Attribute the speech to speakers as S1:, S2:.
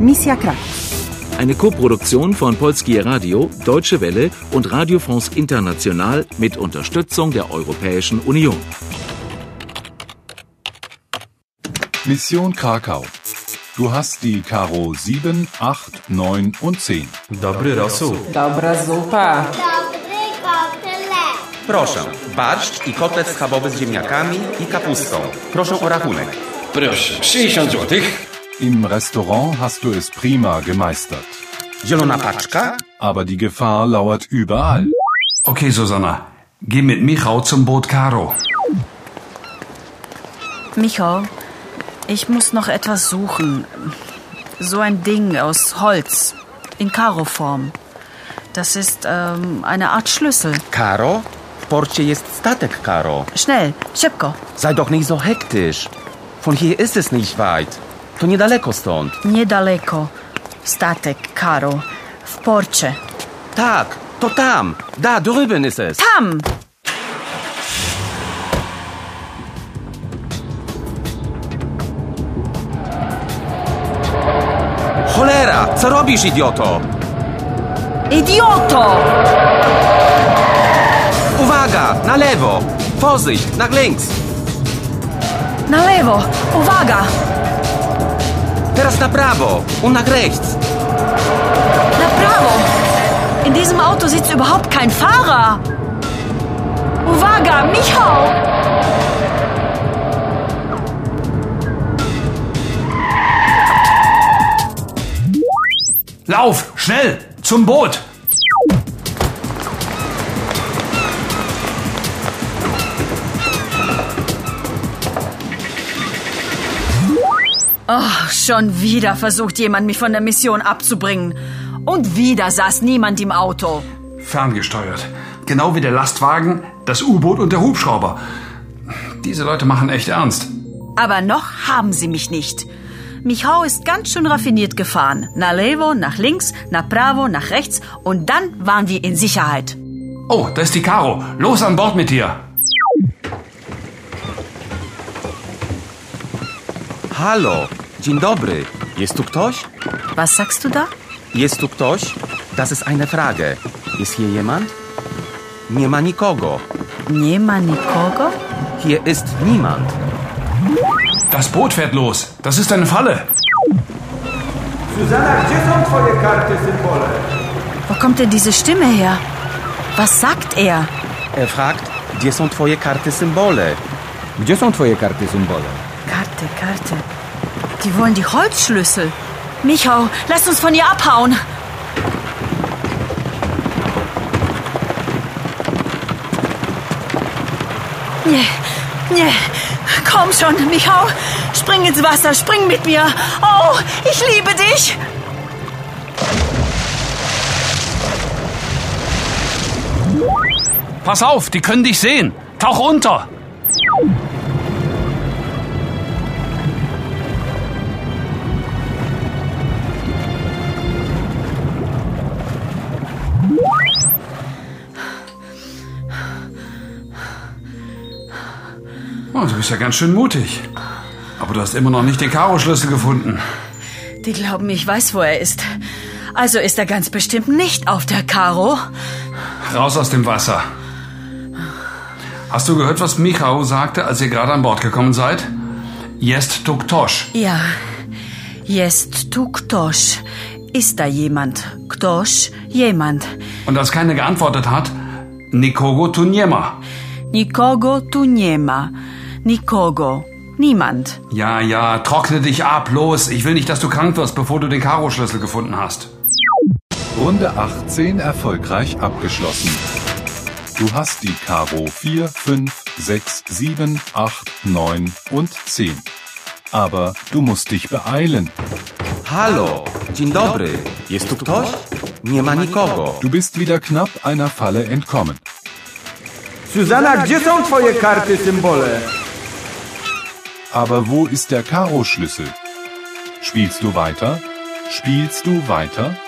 S1: Misja Kraków.
S2: Eine Koproduktion von Polskie Radio, Deutsche Welle und Radio France International mit Unterstützung der Europäischen Union.
S3: Mission Krakau. Du hast die Karo 7, 8, 9 und 10.
S4: Dobry rosół.
S5: Dobra zupa.
S6: Dobry kotlet.
S7: Proszę, barszcz i kotlet schabowy z ziemniakami i kapustą. Proszę o rachunek.
S8: Proszę, 60 zł.
S3: Im Restaurant hast du es prima gemeistert.
S7: Zielona paczka?
S3: Aber die Gefahr lauert überall.
S8: Okay, Susanna, geh mit Michał zum Boot Karo.
S9: Michał, ich muss noch etwas suchen. So ein Ding aus Holz, in Karoform. Das ist ähm, eine Art Schlüssel.
S7: Karo? W porcie jest statek, Karo.
S9: Schnell, szybko.
S7: Sei doch nicht so hektisch. Von hier ist es nicht weit. To niedaleko stąd.
S9: Niedaleko. Statek, Karo. W porcie.
S7: Tak, to tam. Da, drüben ist es.
S9: Tam!
S7: Cholera, co robisz, idioto?
S9: Idioto!
S7: Uwaga, na lewo. Vorsicht, nach links.
S9: Na lewo! Uwaga!
S7: Teraz na prawo und nach rechts.
S9: Na prawo! In diesem Auto sitzt überhaupt kein Fahrer! Uwaga, Michał!
S8: Lauf, schnell, zum Boot.
S9: Ach, schon wieder versucht jemand, mich von der Mission abzubringen. Und wieder saß niemand im Auto.
S8: Ferngesteuert. Genau wie der Lastwagen, das U-Boot und der Hubschrauber. Diese Leute machen echt ernst.
S9: Aber noch haben sie mich nicht. Michau ist ganz schön raffiniert gefahren. Na levo, nach links, na bravo, nach rechts und dann waren wir in Sicherheit.
S8: Oh, da ist die Caro. Los an Bord mit dir.
S7: Halo, dzień dobry. Jest tu ktoś?
S9: Was sagst du da?
S7: Jest tu ktoś? Das ist eine Frage. Jest hier jemand? Nie ma nikogo.
S9: Nie ma nikogo?
S7: Hier ist niemand.
S8: Das Boot fährt los. Das ist eine Falle.
S10: Zuzana, gdzie są twoje karty symbole?
S9: Wo kommt denn diese Stimme her? Was sagt er?
S7: Er fragt, gdzie są twoje karty symbole?
S4: Gdzie są twoje karty symbole?
S9: Karte, Karte. Die wollen die Holzschlüssel. Michau, lass uns von ihr abhauen. Nee, nee. Komm schon, Michau. Spring ins Wasser, spring mit mir. Oh, ich liebe dich.
S8: Pass auf, die können dich sehen. Tauch unter. Oh, du bist ja ganz schön mutig. Aber du hast immer noch nicht den Karo-Schlüssel gefunden.
S9: Die glauben, ich weiß, wo er ist. Also ist er ganz bestimmt nicht auf der Karo.
S8: Raus aus dem Wasser. Hast du gehört, was Michał sagte, als ihr gerade an Bord gekommen seid? Jest Tuktosch.
S9: Ja, jest tu ktoś. Ist da jemand? Ktoś, jemand.
S8: Und als keiner geantwortet hat, Nikogo Tunjema.
S9: Nikogo tu nie ma. Nikogo. Niemand.
S8: Ja, ja, trockne dich ab, los. Ich will nicht, dass du krank wirst, bevor du den Karo-Schlüssel gefunden hast.
S3: Runde 18 erfolgreich abgeschlossen. Du hast die Karo 4, 5, 6, 7, 8, 9 und 10. Aber du musst dich beeilen.
S7: Halo, dzień dobry. Jest tu ktoś? Nie ma nikogo.
S3: Du bist wieder knapp einer Falle entkommen.
S10: Zuzana, gdzie są twoje karty symbole?
S3: Aber wo ist der Karo-Schlüssel? Spielst du weiter? Spielst du weiter?